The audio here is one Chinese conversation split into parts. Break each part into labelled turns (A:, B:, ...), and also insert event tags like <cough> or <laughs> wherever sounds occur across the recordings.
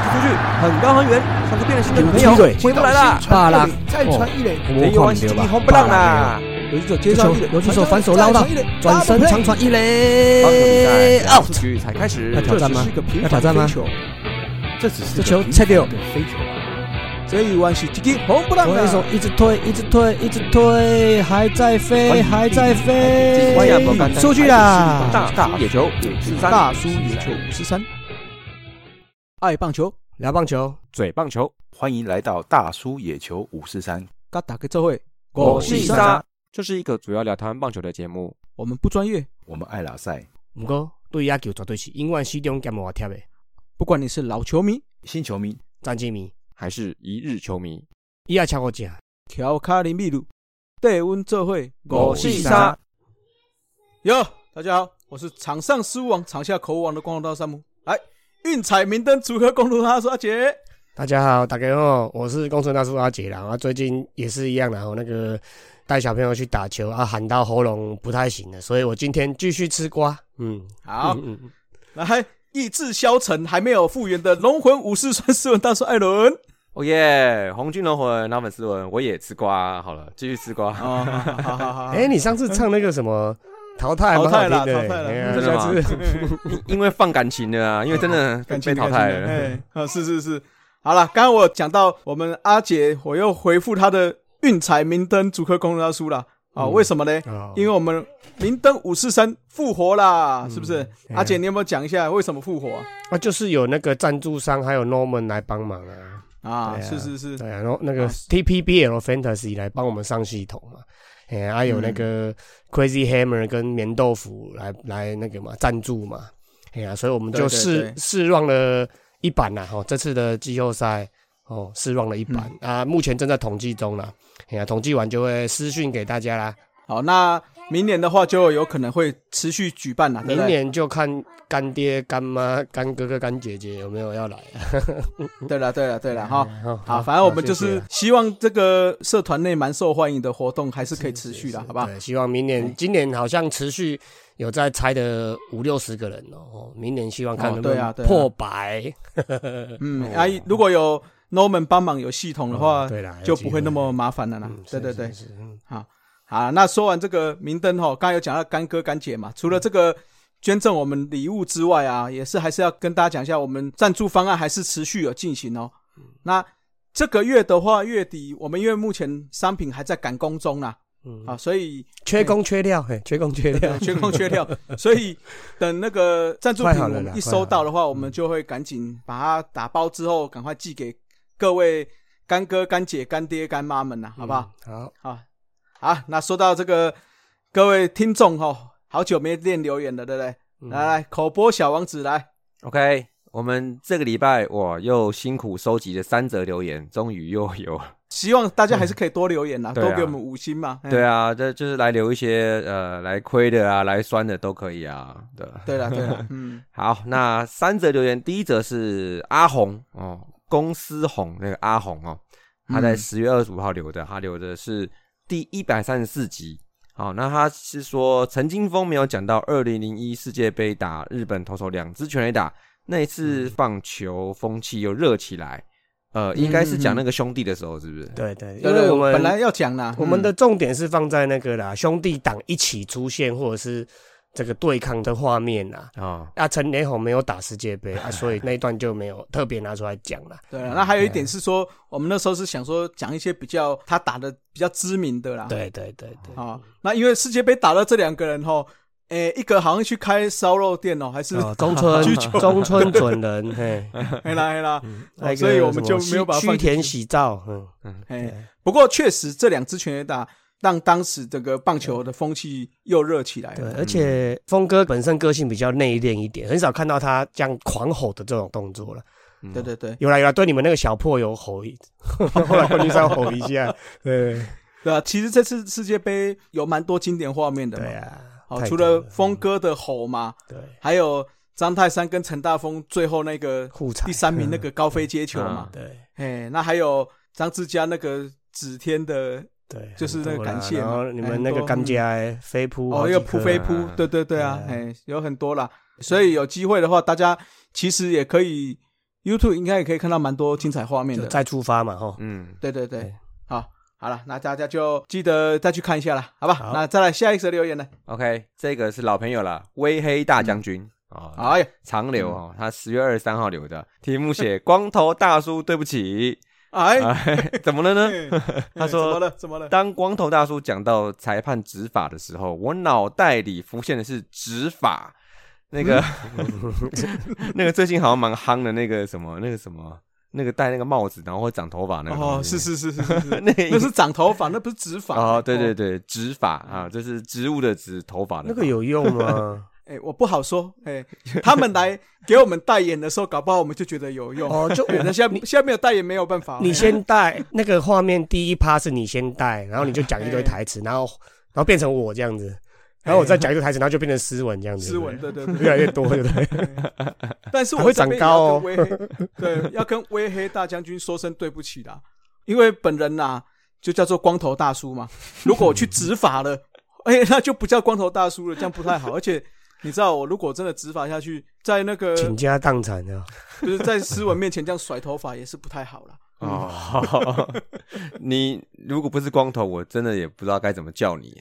A: 很高很远，上次变了心的女朋
B: 踢
A: 友
B: 腿
A: 回不来了。
C: 巴拉
B: 传一垒，
C: 再传一垒，
A: 没
B: 我
A: 有
B: 看唔
A: 关系，
B: 到
A: 一
B: 吧？
A: 红不浪啦。
B: 有一手
C: 接
B: 接
C: 球
B: 球，，游击手反手捞
C: 捞
B: 到，转身长传一垒
A: 棒球比赛两出
B: out。
A: 局才开始
B: 要，挑战
C: 这
B: 吗
C: 只是一个平凡
B: 要挑战吗
C: 飞球？这只是个
B: 这球
C: 平
B: 切
C: 凡
B: 掉
C: 的飞球啊！这一弯是直接红不浪
B: 我一手
C: 的，
B: 一直推，一直推，一直推，还在飞，还在飞
A: 今天不干，
B: 出去啦！
A: 大叔野球五四三，
C: 大叔野球五十三，爱棒球，
B: 聊棒球，
A: 嘴棒球，
D: 欢迎来到大叔野球五四三，
C: 嘎打个这会，
B: 我
A: 是
B: 是
A: 沙，这是一个主要聊台湾棒球的节目。
C: 我们不专业，
D: 我们爱拉赛
B: 不过对野球绝对是永远始终兼无贴的。
C: 不管你是老球迷、
D: 新球迷，
B: 詹金迷，
A: 还是一日球迷，
B: 伊也超过正。
C: 乔卡林秘鲁，对温这会，
B: 哦
A: 我是沙。
C: 哟，大家好，我是场上失误王、场下口误王的光头大山姆，来运彩明灯组合公路哈刷姐。
B: 大家好，大家好，我是工程大叔阿杰啦。啊，最近也是一样啦，然后那个带小朋友去打球啊，喊到喉咙不太行了，所以我今天继续吃瓜。嗯，
C: 好，
B: 嗯嗯
C: 来意志消沉还没有复原的龙魂武士孙斯文大叔艾伦。
A: 哦耶！红军龙魂，老粉斯文，我也吃瓜，好了，继续吃瓜。
C: 哦，好好好嗯
B: 哎、你上次唱那个什么淘汰，
C: 淘
B: 蛮好
C: 汰
B: 听
C: 啦
B: 的、
C: 淘汰啦
B: 哎呀
A: 真的吗
B: 下次
A: 因因为放感情的啊，因为真的
C: <laughs> 感
A: 被
C: 情
A: 淘汰
C: 了。
A: 了。
C: 哎，啊，是是是，好了，刚刚我讲到我们阿姐，我又回复她的运彩明灯主科公路大叔了。啊，
B: 嗯
C: 为什么呢？
B: 哦
C: 因为我们明灯五四三复活啦，是不是？
B: 哎呀
C: 阿姐，你有没有讲一下为什么复活啊？
B: 啊，就是有那个赞助商还有 Norman 来帮忙啊，
C: 啊，
B: 对啊
C: 是是是，
B: 对啊，然后那个
C: 啊
B: TPBL Fantasy 来帮我们上系统嘛，哎、还有
C: 嗯
B: 那个 Crazy Hammer 跟棉豆腐来来那个嘛赞助嘛，哎呀、所以我们就
C: 对对
B: 试
C: 对
B: 试让了一版啦，哦，这次的季后赛哦试让了一版、
C: 嗯
B: 啊，目前正在统计中啦，哎呀、统计完就会私讯给大家啦，
C: 好，那明年的话就有可能会持续举办啊啦，对不
B: 明
C: 对？
B: 年就看干爹、干妈、干哥哥、干姐姐有没有要来啊，
C: 对了，对了，对了，
B: <laughs>
C: 哈。
B: 哦
C: 好，反正我们就
B: 谢谢
C: 是
B: 啊
C: 希望这个社团内蛮受欢迎的活动还是可以持续的，好不好？嗯
B: 对，希望明年、今年好像持续有在猜的五六十个人哦哦，明年希望看
C: 哦
B: 能不
C: 对啊对
B: 能
C: 啊
B: 破百。
C: 嗯，
B: 哦嗯
C: 阿姨，如果有 Norman 帮忙有系统的话，
B: 对啦，
C: 就不会那么
B: 有
C: 麻烦了
B: 机会。
C: 啦
B: 嗯。
C: 对对，对
B: 是，是是嗯
C: 好，那说完这个明灯吼，刚才有讲到干哥干姐嘛，除了这个捐赠我们礼物之外啊，也是还是要跟大家讲一下，我们赞助方案还是持续有进行哦。那这个月的话，月底我们因为目前商品还在赶工中啦，
B: 嗯
C: 啊，所以
B: 缺工缺料，嘿，缺工缺料
C: 对，缺工缺
B: <laughs>
C: 料，所以等那个赞助
B: 快
C: 品
B: 好
C: 我
B: 了啦
C: 们一收到的话，我们就会赶紧把它打包之后，赶快寄给各位干哥、干姐、干爹、干妈们呐、啊好不好？
B: 嗯？好，
C: 好，好，那说到这个各位听众哈，好久没念留言了，对不对？
B: 嗯
C: 来来，口播小王子来，
A: OK，我们这个礼拜我又辛苦收集了三则留言，终于又有 <laughs> 了。
C: 希望大家还是可以多留
B: 嗯
C: 言啦，
A: 对啊
C: 多给我们五星嘛。哎嘿
A: 对啊，这就是来留一些呃来亏的啊，来酸的都可以啊。对，
C: 对了对
B: <laughs>
C: 了，嗯，
A: 好，那三则留言，第一则是阿红哦，公司红那个阿红哦，他在
C: 嗯
A: 十月二十五号留的，他留的是第一百三十四集。好，那他是说陈金峰没有讲到二零零一世界杯打日本投手两支全垒打，那一次棒球风气又热起来，呃，应该是讲那个兄弟的时候，是不是？
B: 对对，
C: 对
B: 因
C: 对，
B: 为我
C: 我
B: 们
C: 本来要讲啦，
B: 我们的
C: 嗯
B: 重点是放在那个啦，兄弟党一起出现，或者是这个对抗的画面啦。
A: 哦，
B: 啊，陈连红没有打世界杯
C: <laughs>
B: 啊，所以那一段就没有特别拿出来讲了。
C: 对了，那还有一
B: 哎
C: 点是说，我们那时候是想说讲一些比较他打的比较知名的啦，
B: 对对对对，
C: 啊、那因为世界杯打到这两个人吼，诶，一个好像去开烧肉店哦，还是
B: 哦，
C: <laughs>
B: 中村
C: 居酒
B: 中村准人，嘿，
C: <laughs> 黑啦黑啦，
B: 嗯
C: 哦
B: 那个
C: 所以我们
B: 什么
C: 就没有把它
B: 须
C: 放进
B: 须
C: 去
B: 田喜照，嗯，
C: 哎，不过确实这两支全垒打让当时这个棒球的风气又热起来
B: 对，
C: 了。
B: 而且峰哥本身个性比较内敛一点，很少看到他这样狂吼的这种动作了。
A: 嗯
C: 对对对，
B: 有啦有啦，对你们那个小破有吼一， <laughs> 后来冠军赛吼一下，对
C: <laughs> 对啊，其实这次世界杯有蛮多经典画面的嘛。
B: 对啊，
C: 好，
B: 太
C: 除
B: 多
C: 了峰哥的吼嘛，
B: 对
C: 还有张泰山跟陈大峰最后那个
B: 互踩
C: 第三名那
B: 嗯
C: 个高飞接球嘛，
B: 对
C: 哎，那还有张志佳那个指天的
B: 对，
C: 就是
B: 很多
C: 那个
B: 啦
C: 感谢
B: 然
C: 嘛
B: 后你
C: 哎
B: 们
C: 很
B: 那个
C: 多
B: 干
C: 嗯
B: 家飞扑好
C: 哦，
B: 几
C: 又扑
B: 颗
C: 飞
B: 啊
C: 扑，对对对啊，
B: 对
C: 哎，有很多啦，所以有机会的话，大家其实也可以 YouTube 应该也可以看到蛮多精彩画面
B: 就
C: 的。
B: 再出发嘛，哈。
A: 嗯，
C: 对对对
B: 对，
C: 好，好了，那大家就记得再去看一下了，好吧？
B: 好
C: 那再来下一则留言呢？
A: OK，这个是老朋友了，微黑大将军啊、
C: 哎呀，
A: 长留哦，他十月二十三号留的，题目写“光头大叔，对不起
C: <laughs> 哎，”，
A: 怎么
C: <laughs>
A: 了呢？啊他
C: 哎怎么
A: 说，
C: 了？怎么了？
A: 当光头大叔讲到裁判执法的时候，我脑袋里浮现的是执法。那
C: <laughs>
A: 个，那个最近好像蛮夯的那个什么，那个什么，那个戴那个帽子，然后会长头发那个
C: 哦，
A: 东西。
C: 是是是是是，是
A: <laughs> 那个
C: 那是长头发，那不是直发。
A: 哦，对对对，植发啊，就是植物的植，头发的
B: 那
A: 发
B: 个有用吗？
C: <laughs> 哎、我不好说。哎、他们来给我们代言的时候，搞不好我们就觉得有用。
B: 哦， <laughs> 就
C: 对那现在现在没有代言没有办法。
B: 你
C: 哎
B: 先带那个画面，第一趴是你先带，然后你就讲一堆台
C: <laughs>
B: 词，
C: 哎
B: 然后然后变成我这样子，然后我再讲一堆台词，然后就变成斯文这样子，
C: 斯文，对对对，
B: 越
A: <laughs>
B: 来越多，对不对？
C: 但是我
B: 还会
C: 这边
B: 长高哦
C: 也要跟微黑对，
B: <laughs>
C: 要跟微黑大将军说声对不起啦，因为本人呐、就叫做光头大叔嘛。如果我去执法了， <laughs> 哎、那就不叫光头大叔了，这样不太好。而且你知道，我如果真的执法下去，在那个
B: 倾家荡产啊！
C: 就是在斯文面前这样甩头发也是不太好
B: <laughs>
C: 啦。
A: 哦， <laughs> 你如果不是光头，我真的也不知道该怎么叫你。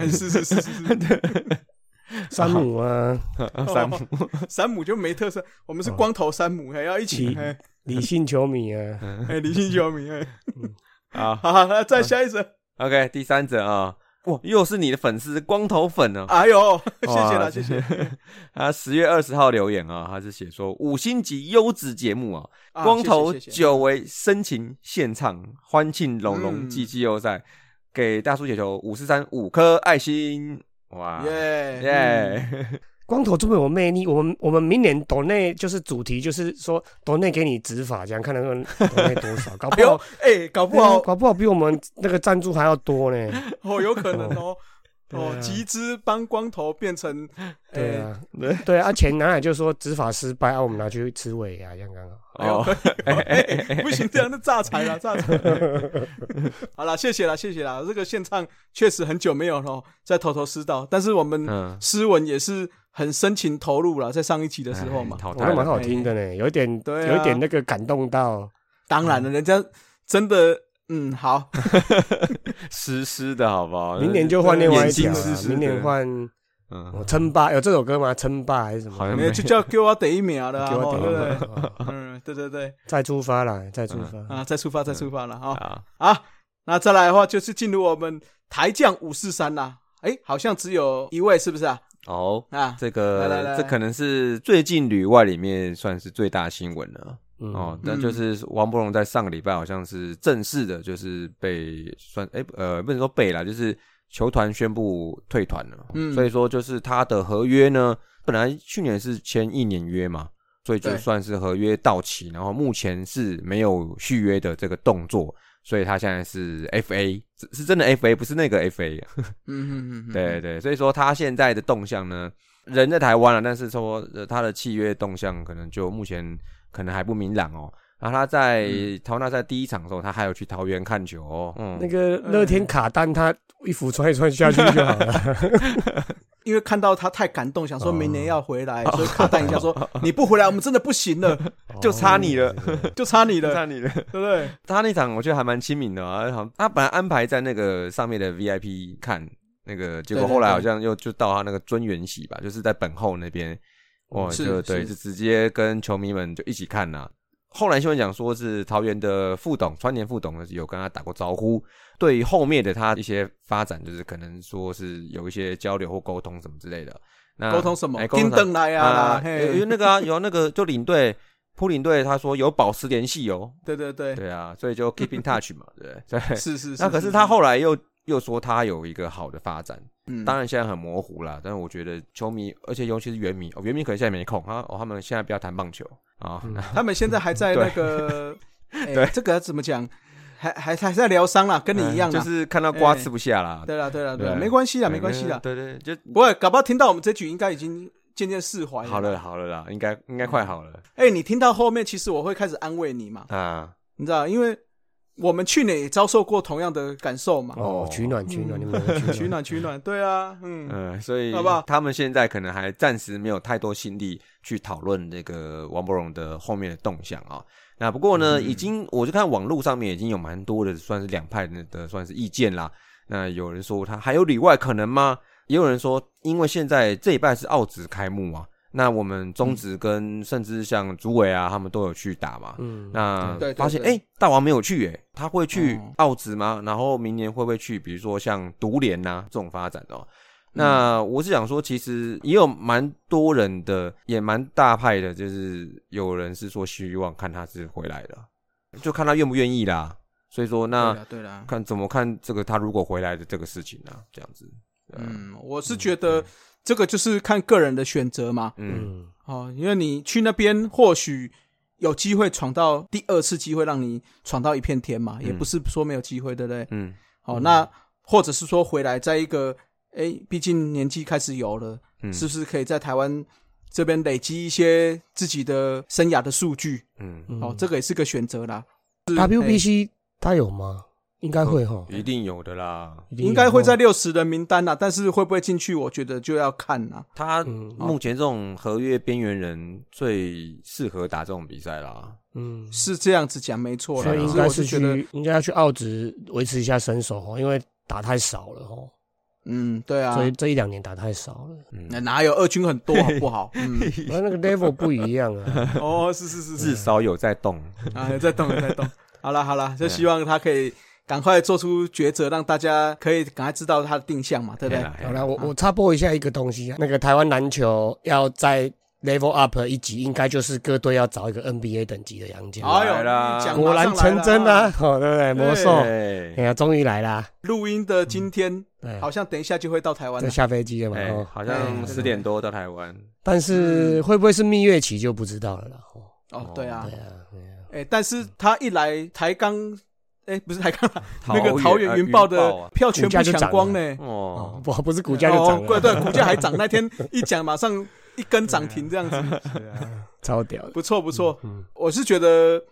C: 哎是是是是
B: <laughs>
C: 是，
B: 山姆啊，
C: <laughs>
A: 山姆，
C: 山姆就没特色，我们是光头山姆，还要一起
B: 起
C: 哎
B: 理性球
C: <laughs>
B: 迷啊，
C: 哎，理性球迷哎，
A: 啊
C: 好好，那再下一则，
A: ，OK，第三者啊，哇，又是你的粉丝，光头粉啊。
C: 哎呦，谢谢
B: 哦
C: 啦，
A: 哇
C: 谢谢。。
A: <laughs> 他十月二十号留言啊，他是写说五星级优质节目啊，
C: 啊
A: 光头
C: 谢谢谢谢
A: 久违深情献唱欢庆龙龙
C: 嗯
A: 季季后赛，给大叔姐球五四三五颗爱心，哇
B: 啊
C: 耶
A: 耶！
C: 嗯
B: 光头这么有魅力，我们我们明年抖内就是主题，就是说抖内给你执法，这样看能不能抖内多少，搞
C: 不
B: 不
C: 要
B: 好。
C: <laughs> 哎、搞不
B: 哇，
C: 好
B: 搞不好比我们那个赞助还要多呢。
C: <laughs> 哦，有可能哦。
B: 对
C: 哦，
B: 啊
C: 集资帮光头变成，
B: 对
C: 哎，
B: 啊，对啊，钱拿来就说执法失败，啊，我们拿去吃尾牙，这样刚好。
C: 哎呦
A: 哦，
C: 哎哎不行，这样就榨财了，榨财。
B: <laughs>
C: 好了，谢谢啦，谢谢啦。这个现场确实很久没有了，哦在头头是道，但是我们
A: 嗯，
C: 诗文也是很深情投入了，在上一集的时候嘛
A: 哎。淘
B: 我
A: 汰
B: 那蛮
A: 了，
B: 好听的呢，有一点，
C: 对啊
B: 有一点那个感动到。
C: 当然了，
B: 嗯
C: 人家真的，嗯，好，
A: 湿湿的好不
C: 呃
A: 好？
B: 明年就换另外一
A: 眼睛
B: 条
A: 湿
B: 啦，
A: 湿的
B: 明年换
A: 嗯，
B: 哦称霸，有这首歌吗？称霸还是什
A: 好
B: 么？
A: 像
C: 没
A: 没
C: 有就叫给我等一秒了，
B: 嗯 <laughs> 给我
C: 哦
B: 等
C: 对不
B: 一
C: 对？
B: 下哦， <laughs>
C: 嗯，对对对，
B: 再出发啦，再出发。
C: 啊，再出发，再出发了
B: 嗯
C: 啊。
A: 啊，
C: 好，那再来的话就是进入我们台将五四三啦。哎，好像只有一位，是不是啊？
A: 哦。
C: 啊，
A: 这
C: 来来来
A: 个这可能是最近旅外里面算是最大新闻了哦
B: 嗯，，
A: 那就是王伯荣在上个礼拜好像是正式的，就是被算哎、呃不能说被啦，就是球团宣布退团了，
C: 嗯
A: 所以说就是他的合约呢，本来去年是签一年约嘛，所以就
C: 对
A: 算是合约到期，然后目前是没有续约的这个动作，所以他现在是 FA，是是真的 FA，不是那个 FA，
C: 嗯嗯嗯，嗯
A: 对，对，所以说他现在的动向呢，人在台湾了，但是说呃他的契约动向可能就目前可能还不明朗哦。然后他在
C: 嗯
A: 桃纳赛第一场的时候，他还有去桃园看球哦。嗯，
B: 那个乐天卡丹，他衣服穿一穿下去就
C: <laughs>
B: 好了。
C: 因为看到他太感动，想说明年要回
A: 哦
C: 来，所以卡淡一
A: <laughs>
C: 下说你不回来，我们真的不行了，
A: 就差你了
B: 哦。对对对
C: 就差你了，
A: 你 <laughs> 了，
C: <laughs> 对不对？
A: 他那场我觉得还蛮亲民的啊。好像他本来安排在那个上面的 VIP 看那个，结果
C: 对对
A: 后来
C: 对
A: 好像又就到他那个尊元席吧，就是在本后那边，哦，
C: 嗯是
A: 就对，
C: 是
A: 就直接跟球迷们就一起看啦、后来新闻讲说是桃园的副董川田副董呢有跟他打过招呼，对于后面的他一些发展，就是可能说是有一些交流或沟通什么之类的。那
C: 沟通什么
A: 哎？沟
C: 金
A: 通
C: 灯来啊啦，嘿
A: 有有那个啊， <laughs> 有那个就领队扑领队他说有保持联系哦，
C: 对对 <laughs> 对，
A: 对啊，所以就 keep in touch 嘛，对对。
C: <laughs> 是是是。
A: 那可是他后来又又说他有一个好的发展，
C: 嗯
A: 当然现在很模糊啦。但是我觉得球迷，而且尤其是原迷，哦，原迷可能现在没空啊，哦，他们现在不要谈棒球啊， <laughs>
B: 嗯
A: 那
C: 他们现在还在那
A: <laughs>
C: 个，哎
A: 对，嗯
C: 这个要怎么讲？还还还在疗伤啦，跟你一样
A: 就
C: 啦。
A: 是看到瓜
C: 哎
A: 吃不下啦。
C: 对啦对啦对啦，
A: 对
C: 没关系啦，没关系啦。
A: 对对，就
C: 不会，搞不好听到我们这局应该已经渐渐释怀
A: 好了好了啦，
C: 嗯
A: 应该应该快好了
C: 哎、你听到后面，其实我会开始安慰你嘛，
A: 啊，
C: 你知道，因为我们去年也遭受过同样的感受嘛。
B: 哦，取暖取暖，你们有没有
C: 取暖取暖，对啊，嗯，
A: 呃，所以
C: 好不好
A: 他们现在可能还暂时没有太多心力去讨论这个王伯荣的后面的动向啊、那不过
C: 嗯
A: 呢，已经我就看网络上面已经有蛮多的，算是两派的的算是意见啦。那有人说他还有里外可能吗？也有人说，因为现在这一半是澳职开幕嘛，那我们中职跟甚至像竹尾啊，他们都有去打嘛。
B: 嗯，
A: 那
C: 对对
A: 发现哎、
C: 对
A: 诶大王没有去哎、他会去
C: 哦
A: 澳职吗？然后明年会不会去，比如说像独联呐这种发展哦、那我是想说，其实也有蛮多人的，也蛮大派的，就是有人是说希望看他是回来的，就看他愿不愿意啦。所以说，
C: 嗯对
A: 那
C: 啊啦对啦，
A: 啊看怎么看这个他如果回来的这个事情啊，这样子。对啊，
C: 嗯，我是觉得这个就是看个人的选择嘛。
A: 嗯，
B: 嗯，
C: 哦，因为你去那边或许有机会闯到第二次机会，让你闯到一片天嘛，也
A: 嗯
C: 不是说没有机会，对不对？
A: 嗯
C: 哦，
B: 嗯
C: 那或者是说回来，在一个哎，毕竟年纪开始有了，
A: 嗯
C: 是不是可以在台湾这边累积一些自己的生涯的数据？
A: 嗯，
B: 嗯
C: 哦，这个也哎是个选择啦。是
B: WBC 它有吗？应该会哈，
A: 一定有的啦。
B: 一定有
C: 应该会
B: 齁
C: 在六十人名单啦，啊但是会不会进去，我觉得就要看啊啦。
A: 他
B: 嗯
A: 目前这种合约边缘人最适合打这种比赛啦。
B: 嗯，
C: 是这样子讲没错啦，
B: 所以
C: 可
B: 应
C: 是啊我
B: 该
C: 是
B: 是
C: 觉得，
B: 去应该要去澳职维持一下身手哦，因为打太少了哦，
C: 嗯，对啊
B: 所，以这一两年打太少
C: <laughs>
B: 了，
A: 嗯，
C: 那哪有二军很
B: <laughs>
C: 多好不好？嗯，
B: 那那个 level 不一样
C: <laughs>
B: 啊。
C: 哦，是是是
A: 至
C: 是，
A: 少有在动。
C: 啊，在动在
B: <laughs>
C: 动。好了好了，就希望他可以赶快做出抉择，让大家可以赶快知道他的定向嘛，对不对？
A: 嘿
B: 好
A: 啦，
B: 了，我我插播一下一个东西啊，那个台湾篮球要在 level up 一级，应该就是各队要找一个 NBA 等级的洋将。
C: 哎呦
A: 来啦
C: 你讲
B: 果然
C: 马上来
B: 成
C: 了
B: 真啦、啊，哦，对不对？魔兽，
A: 对
B: 哎呀，终于来啦！
C: 录音的今天，
B: 对，
C: 好像等一下就会到台湾
B: 这
C: 了。
B: 下飞机了嘛？
A: 哎，
B: 哦，
A: 好
C: 哎
A: 像
C: 对
A: 十点多到台湾，
B: 但是会不会是蜜月期就不知道了啦。哦，
C: 哦，对啊
B: 对，啊，对啊
C: 哎，但是他一来台钢，哎，不是台钢啦，那个
A: 桃
C: 桃
A: 园
C: 园
A: 呃
C: 云豹
A: 云豹
C: 的
A: 啊
C: 票全部抢光呢。
B: 哦
A: 哦，，
B: 不，不是股价就涨
C: 哦对
B: 了，
C: 对，股价还涨。那天一讲，马上一根涨停这样子，
B: 超屌的。
C: 不错不错。
B: 嗯，
C: 我是觉得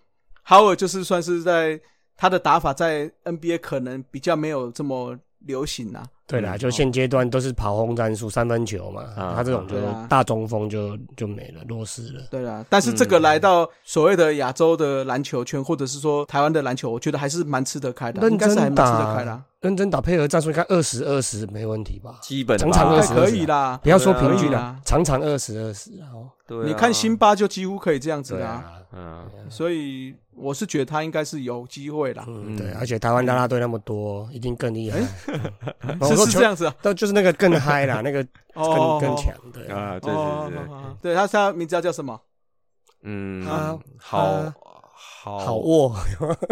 C: 豪尔就是算是在他的打法在 NBA 可能比较没有这么流行啊。
B: 对啦，就现阶段都是跑轰战术、三分球嘛，
A: 啊
B: 他这种就
C: 对啊
B: 大中锋就就没了，弱势了。
C: 对啦，但是这个来到所谓的亚洲的篮球圈，或者是说台湾的篮球，我觉得还是蛮吃得开的啊，应
B: 认
C: 该是还
B: 真
C: 蛮吃得开的
B: 打
C: 啊，，
B: 认真打配合战术，应该二十二十没问题吧？
A: 基本
B: 整
A: 吧
B: 场
C: 应
B: 都
C: 该
B: 是
C: 可以啦。
B: 不要说平均
C: 可以
B: 啦
C: 啦，
B: 常常二十二十哦。
A: 对啊
C: 你看辛，巴就几乎可以这样子
B: 对
C: 的啊，
B: 啊，
A: 嗯，
C: 所以我是觉得他应该是有机会啦。
B: 嗯，对，而且台湾啦啦队那么多，一定更厉害。嗯
A: 哦
C: <laughs>
B: 我
C: 是
B: 说
C: 是
B: 球
C: 这样子啊，
B: 但就是那个更嗨
C: <laughs>
B: 啦，那个
C: 哦
B: 更，更强的。
A: 啊，对
C: 哦。哦，
A: 对对对，
C: 哦对，他他名字要叫什么？
A: 嗯
B: 啊，
A: 好
C: 哦
B: 啊
A: 好
B: 好沃，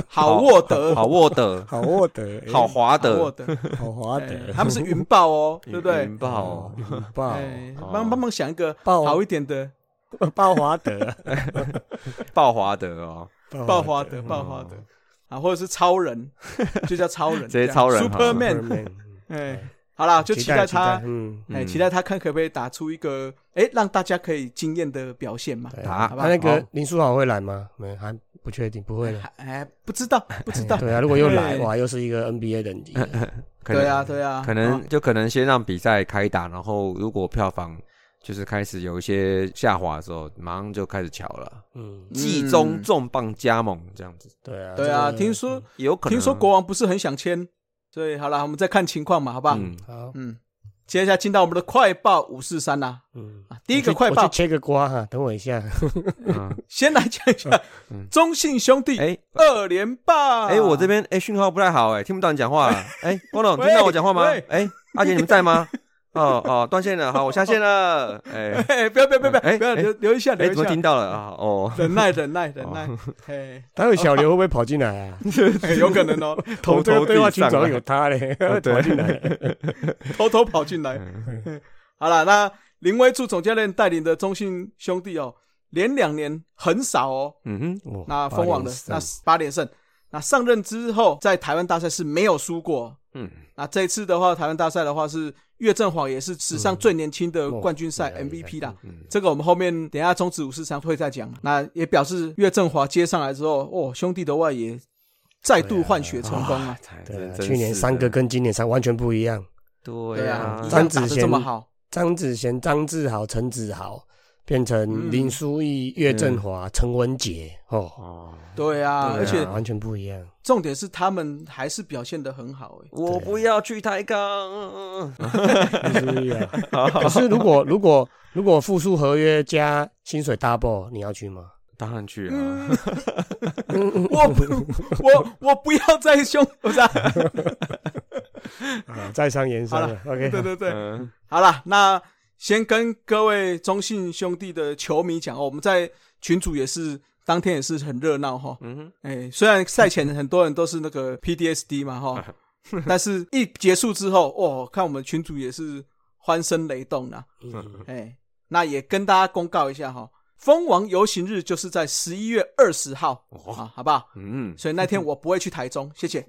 C: 好沃德，
A: 好沃德，
B: 好沃 <laughs> 德，
A: 好滑
C: 好沃
A: 的，
C: 德，
B: 好华
C: 哎
B: 德，
C: 他们是云豹哦，对不对哦
A: 云？豹，
B: 爆
C: 哎，
A: 哦
C: 帮帮忙想一个
B: 爆
C: 好一点的，
B: 爆华德，
A: 豹华德哦，
C: <laughs> 爆花的，爆花的啊，或者是超
A: <laughs>
C: 人，就叫超人，
A: 直接超人
C: 这样
A: 哈
C: Superman。哎，好啦，就期待他，
B: 嗯，
C: 哎，
A: 嗯
C: 期待他看可不可以打出一个哎让大家可以惊艳的表现嘛。
B: 对
A: 打
B: 啊
C: 好吧
B: 那那个
A: 好
B: 林书豪会来吗？没，还不确定，不会的。
C: 哎，不知道，不 <laughs> 知道。嗯
B: 对啊，如果又
C: <laughs>
B: 来，
C: 哎
B: 哇，又是一个 NBA 等级的。
A: <laughs> 可能
C: 对啊，对啊，
A: 可
C: 啊
A: 能就可能先让比赛开打，然后如果票房就是开始有一些下滑的时候，马上就开始瞧了。
B: 嗯，
A: 季中
C: 嗯
A: 重磅加盟这样子，
B: 对啊，
C: 对啊，
B: 这个
C: 听说
A: 有可能啊
C: 听说国王不是很想签，所以好啦，我们再看情况嘛，好不好？
A: 嗯
B: 好，
C: 嗯，接下来进到我们的快报五四三啦。
B: 嗯，
C: 啊第一个
B: 我去
C: 快
B: 我
C: 报
B: 去，切个瓜哈，等我一下。 <laughs>
C: <laughs>
A: 嗯
C: 先来讲一下
A: 嗯
C: 中信兄弟
A: 哎
C: 二连霸。
A: 哎，我这边哎讯号不太好哎，听不到你讲
C: <laughs>
A: 话。哎，光总
C: 喂
A: 听到我讲话吗
C: 喂？
A: 哎，阿杰你们在
C: <laughs>
A: 吗？哦哦，断线了，好，我下线了。哎
C: 哎，不要不要不要不要
A: 哎
C: 不要
A: 哎
C: 留留一下
A: 哎，
C: 留一
A: 怎么
C: 下
A: 听，哦到了啊？哦，
C: 忍耐忍耐忍耐。哎，
B: 待会小刘会不会跑进来
C: <laughs>
B: 啊？
C: 哎有可能哦，
A: <laughs> 偷
B: 我这
A: 偷
B: 个对话
A: 地
B: 群
C: 啊
A: 上
B: 主
A: 来
B: 有他
C: <laughs>
B: 嘞，
A: 对
B: 跑进来。
C: 偷偷跑进来。
A: 嗯
C: 好了，那林威柱总教练带领的中信兄弟哦，连两年很少哦，
A: <laughs> 嗯哼，
B: 哇
C: 那封王的那
B: 八连胜
C: 八连胜，那上任之后在台湾大赛是没有输过。
A: 嗯，
C: 那这一次的话，台湾大赛的话是岳振华也是史上最年轻的冠军赛
B: 嗯
C: MVP 啦。
A: 嗯
C: 这个我们后面等一下中指五四三会再讲。那也表示岳振华接上来之后，哦，兄弟的话也再度换血成功啊！
A: 才
B: 对啊
A: 真，真
B: 去年
A: 是
B: 三
A: 的
B: 个跟今年三完全不一样。
A: 对
C: 对
A: 啊
C: 啊，，
B: 张子
C: 打的这
B: 贤
C: 么好，
B: 张子贤、张志豪、陈子豪变成
C: 嗯
B: 林书义、岳振华、陈文杰哦，
A: 哦，
C: 对啊，
B: 对
C: 而
B: 啊
C: 且
B: 完全不一样。
C: 重点是他们还是表现的很好、
B: <laughs>
C: 欸，
A: 我不要去抬杠，
B: 林书义
C: <laughs>
B: 啊，可是如果如果如果复数合约加薪水 double，你要去吗？
A: 当然去啊，
C: 嗯，我不，我我不要再凶，不是、啊？
B: 啊，再商言商了。
C: <laughs>
B: OK，
C: 对对对，
A: 嗯，
C: 好了，那先跟各位中信兄弟的球迷讲哦，我们在群组也是当天也是很热闹哈。
A: 嗯哼，
C: 哎、虽然赛前很多人都是那个 PDSD 嘛哈，但是一结束之后，哦，看我们群主也是欢声雷动啊。
B: 嗯
C: 哎、那也跟大家公告一下哈，蜂王游行日就是在十一月二十号、啊，好不好？
A: 嗯，
C: 所以那天我不会去台中，谢谢。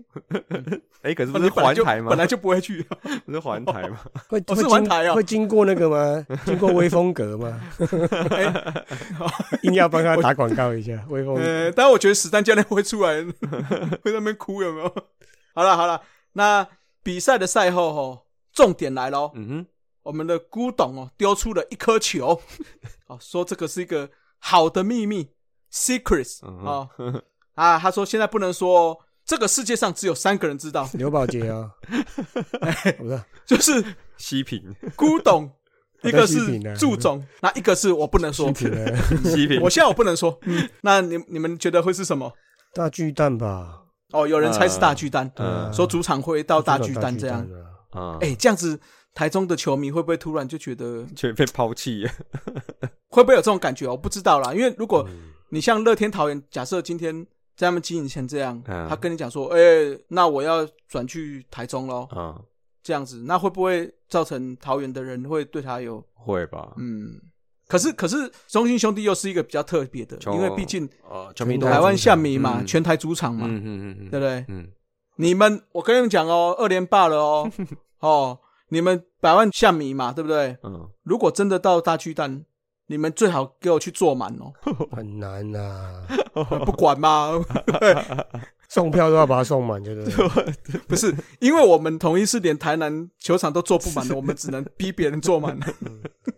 A: 哎，可是
C: 本来
A: 不是
C: 哦本来
A: 环
C: 就
A: 台吗？
C: 本来就不会去，
A: 不是环台吗？
B: 会
C: 哦
B: 会
C: 是玩
B: 经
C: 台哦
B: 会经过那
C: <laughs>
B: 个吗？经过威风阁吗？ <laughs> 硬要帮他打广告一下，威风
A: 嗯
B: 阁。
C: 呃，但哎我觉得史丹教练会出
A: <laughs>
C: 来，会在那边哭有没 <laughs> 有？好了好了，那比赛的赛后哦，重点来喽，
A: 嗯哼，
C: 我们的古董哦丢出了一颗球， <laughs> 哦说这个是一个好的秘密 secrets
A: 嗯
C: 哦啊，他说现在不能说、哦，这个世界上只有三个人知道，
B: 刘宝杰
C: <laughs>
B: 啊，不是
C: 就是
A: 西平，
C: 古董，
A: 啊
B: 我在
C: 一个
B: 批评
C: 是
B: 呢
C: 祝总，那一个是我不能说
B: 批。
C: <laughs>
B: 评了，
A: <laughs> 西平
C: 我，现在我不能说，嗯，那你你们觉得会是什么？
B: 大巨蛋吧？啊
C: 哦，有人猜是大巨蛋，
A: 嗯
C: 呃说主场会到大巨
B: 蛋
C: 蛋这样。
B: 啊。
A: 啊，
C: 哎、这样子台中的球迷会不会突然就觉得
A: 却 <laughs> 被抛弃，
C: 会不会有这种感觉？我不知道啦，因为如果你像乐天桃园，假设今天在他们经营前这样，
A: 嗯
C: 他跟你讲说，哎、那我要转去台中喽，
A: 啊，
C: 这样子，那会不会造成桃园的人会对他有
A: 会吧？
C: 嗯？可是可是中信兄弟又是一个比较特别的，
A: 就
C: 因为毕竟
A: 呃，球迷
B: 都
A: 都
C: 台湾下迷嘛，
A: 嗯
C: 全台主场嘛，
A: 嗯嗯嗯
C: 对
A: 嗯
C: 不对？
A: 嗯，
C: 你们，我跟你们讲哦，二连霸了哦，
B: <laughs>
C: 哦，你们百万下迷嘛，对不对？
A: 嗯，
C: 如果真的到大巨蛋，你们最好给我去坐满
B: <laughs>
C: 哦，
B: 很难呐、
C: 不管嘛，
B: 送票都要把它送满，就是
C: <laughs> 不是，因为我们统一是连台南球场都坐不满的，我们只能逼别人坐满。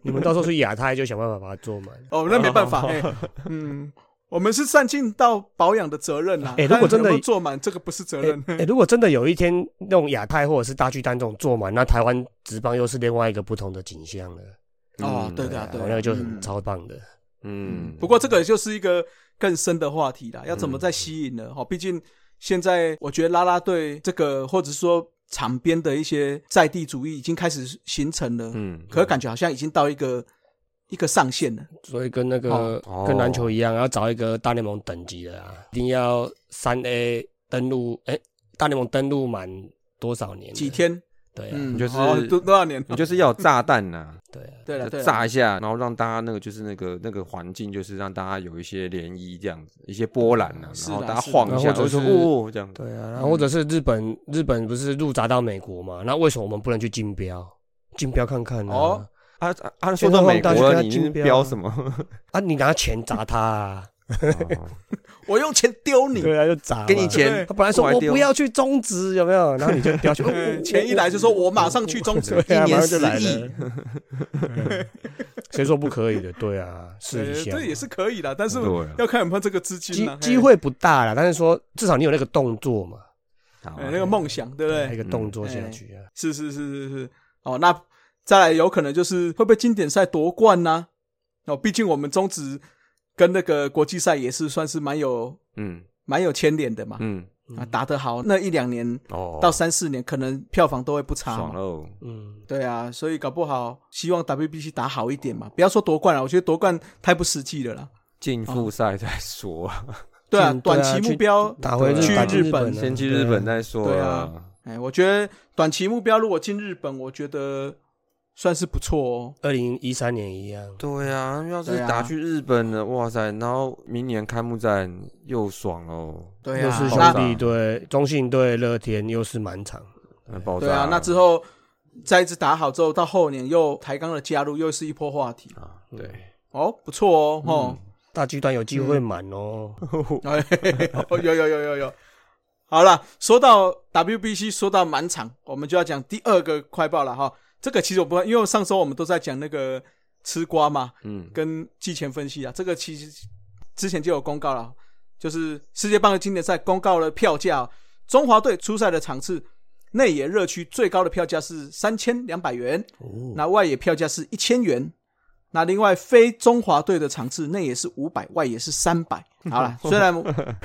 B: 你们到时候去亚太就想办法把它做满。
C: 哦，那没办法，哎、嗯，我们是善尽到保养的责任啦。
B: 哎如果真
C: 但能
B: 的
C: 不能坐满，这个不是责
B: 哎、
C: 任。
B: 哎如果真的有一天那种亚太或者是大巨蛋这种做满，那台湾职棒又是另外一个不同的景象了。
C: 哦，对的、
B: 啊
C: 啊，对啊，
B: 那个就很
C: 嗯
B: 超棒的。
A: 嗯，
C: 不过这个就是一个更深的话题啦，要怎么再吸引呢？哈、哦毕竟现在我觉得啦啦队这个，或者说场边的一些在地主义已经开始形成了，
A: 嗯，
C: 可是感觉好像已经到一个一个上限了。
B: 所以跟那个、
A: 哦
B: 跟篮球一样，要找一个大联盟等级的啊，一定要三 A 登录，哎、大联盟登录满多少年？
C: 几？天？
B: 对啊，
C: 嗯，
A: 就是
C: 哦、多多少年？
A: 你就是要有炸弹呐，
B: 对啊，
C: 对了，对
A: 就
C: 了，
A: 炸一下，然后让大家那个就是那个那个环境，就是让大家有一些涟漪这样子，一些波澜呐，
C: 哦是
A: 然后
C: 啦
A: 大家
C: 是啦
A: 晃一下，
B: 然后
A: 就
B: 或者
A: 说
B: 是
A: 哦这样子，
B: 对啊，然后或者是日本，日本不是入闸到美国嘛？那为什么我们不能去竞标？竞标看看啊！
C: 哦
A: 啊啊啊，说到美国了，你那边标什么？
B: 啊，你拿钱砸他、啊，
A: <laughs>
C: 我用钱丢你。
B: 对啊，就砸嘛，
A: 给你钱，
B: 他本来说
A: 过来
B: 我
A: 丢
B: 不要去中职，有没有？然后你就标去，哦
C: 呃
B: <laughs>
C: 钱一来就说我马上去中职，
B: 对啊，
A: 一年
B: 马上就来
A: 10亿
B: 了。嗯 <laughs> 谁说不可以的？对啊，试一
C: 呃
B: 下嘛，
C: 这也是可以的，但是
A: 对啊
C: 要看有没有这个资金
B: 机
C: 啊
B: 机。
C: 嘿
B: 会不大了，但是说至少你有那个动作嘛，
A: 好啊
C: 呃那个梦想，对不对
B: 一？个动作
C: 嗯
B: 下
C: 哎
B: 去啊。
C: 是是是是是，哦，那再来有可能就是会不会经典赛夺冠呢、哦，毕竟我们中职跟那个国际赛也是算是蛮有
A: 嗯
C: 蛮有牵连的嘛。
A: 嗯
C: 啊，打得好，那一两年
A: 哦，
C: 到三四年，可能票房都会不差
A: 爽
C: 嘛。
A: 喽，
B: 嗯，
C: 对啊，所以搞不好希望 WBC 打好一点嘛，不要说夺冠了，我觉得夺冠太不实际了啦。
A: 进复赛再说，
C: 对啊，
B: 嗯对啊
C: 短期目标，
B: 打回
A: 去
B: 日打进
C: 日本
B: 啊
A: 先去
B: 对啊
A: 日本再说
C: 哦对
A: 啦
C: 啊。哎，我觉得短期目标如果进日本，我觉得算是不错哦。
B: 二零一三年一样，
A: 对啊，要是
C: 对啊
A: 打去日本了，哇塞！然后明年开幕战又爽哦，
C: 对
B: 又
C: 啊，
B: 是
A: 好
B: 兄
C: 那
B: 弟队、中信队、乐天，又是满场。
A: 那爆炸！
C: 对啊，那之后再一直打好之后，到后年又抬杠的加入，又是一波话题
A: 啊，嗯对，
C: 哦，不错哦，吼、嗯
B: 大巨蛋有机会满哦，
C: <laughs> 哎嘿嘿嘿哦有有有有有，好了，说到 WBC，说到满场，我们就要讲第二个快报了哈。这个其实我不，因为上周我们都在讲那个吃瓜嘛，
A: 嗯，
C: 跟季前分析啊，这个其实之前就有公告了，就是世界棒球经典赛公告了票价哦、中华队出赛的场次，内野热区最高的票价是三千两百元，
B: 哦，
C: 那外野票价是一千元。那另外非中华队的场次，内野是五百，外野是三
A: <laughs>
C: 百。好了，虽然